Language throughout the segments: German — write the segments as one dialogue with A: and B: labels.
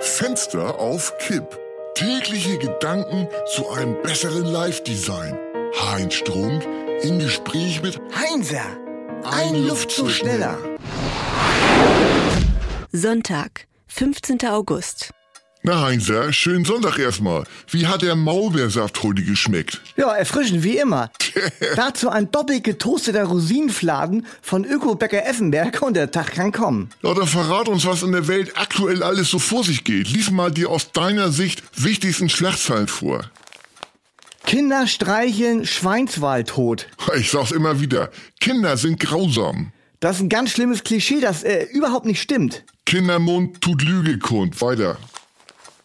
A: Fenster auf Kipp. Tägliche Gedanken zu einem besseren Live-Design. Heinz Strunk im Gespräch mit
B: Heinzer, ein, Luftzug ne? schneller.
C: Sonntag, 15. August.
A: Na Heinzer, schönen Sonntag erstmal. Wie hat der Maulbeersaft heute geschmeckt?
B: Ja, erfrischend wie immer. Dazu ein doppelt getoasteter Rosinenfladen von Öko-Bäcker Effenberg und der Tag kann kommen.
A: Na, dann verrat uns, was in der Welt aktuell alles so vor sich geht. Lies mal die aus deiner Sicht wichtigsten Schlagzeilen vor.
B: Kinder streicheln Schweinswahl tot.
A: Ich sag's immer wieder, Kinder sind grausam.
B: Das ist ein ganz schlimmes Klischee, das äh, überhaupt nicht stimmt.
A: Kindermund tut Lüge kund. Weiter.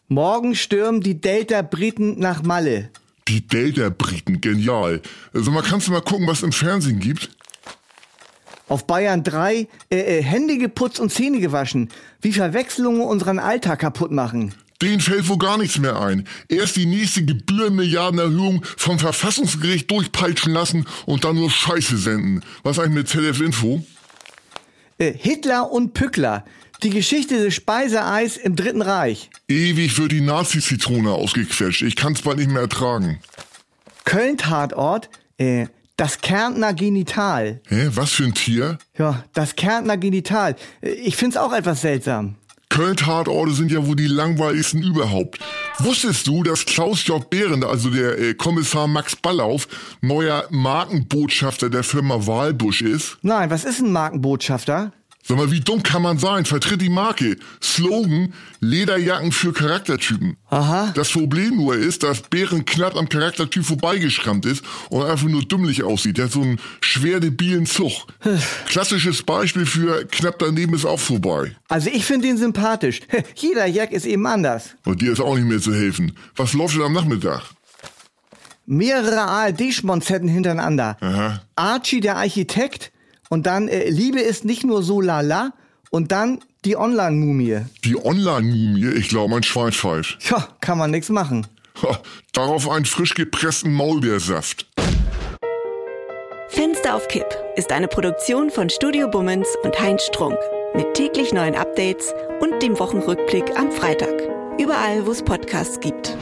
B: Morgen stürmen die Delta-Briten nach Malle.
A: Die Delta-Briten, genial. Also man kannst du mal gucken, was im Fernsehen gibt?
B: Auf Bayern 3 äh, äh, Hände geputzt und Zähne gewaschen. Wie Verwechslungen unseren Alltag kaputt machen.
A: Denen fällt wohl gar nichts mehr ein. Erst die nächste Gebührenmilliardenerhöhung vom Verfassungsgericht durchpeitschen lassen und dann nur Scheiße senden. Was eigentlich mit ZDF Info?
B: Äh, Hitler und Pückler. Die Geschichte des Speiseeis im Dritten Reich.
A: Ewig wird die Nazi-Zitrone ausgequetscht. Ich kann's bald nicht mehr ertragen.
B: Köln-Tatort. Äh, das Kärntner Genital.
A: Hä, was für ein Tier?
B: Ja, das Kärntner Genital. Äh, Ich find's auch etwas seltsam.
A: Köln-Tatorte sind ja wohl die langweiligsten überhaupt. Wusstest du, dass Klaus J. Behrendt, also der äh, Kommissar Max Ballauf, neuer Markenbotschafter der Firma Walbusch ist?
B: Nein, was ist ein Markenbotschafter?
A: Sag mal, wie dumm kann man sein? Vertritt die Marke. Slogan, Lederjacken für Charaktertypen.
B: Aha.
A: Das Problem nur ist, dass Bären knapp am Charaktertyp vorbeigeschrammt ist und einfach nur dümmlich aussieht. Der hat so einen schwer debilen Zug. Klassisches Beispiel für knapp daneben ist auch vorbei.
B: Also ich finde ihn sympathisch. Jeder Jack ist eben anders.
A: Und dir ist auch nicht mehr zu helfen. Was läuft denn am Nachmittag?
B: Mehrere ARD-Schmonzetten hintereinander.
A: Aha.
B: Archie der Architekt und dann äh, Liebe ist nicht nur so lala und dann die Online-Mumie.
A: Die Online-Mumie, ich glaube, ein Schwein falsch.
B: Tja, kann man nichts machen.
A: Ha, Darauf einen frisch gepressten Maulbeersaft.
C: Fenster auf Kipp ist eine Produktion von Studio Bummens und Heinz Strunk. Mit täglich neuen Updates und dem Wochenrückblick am Freitag. Überall, wo es Podcasts gibt.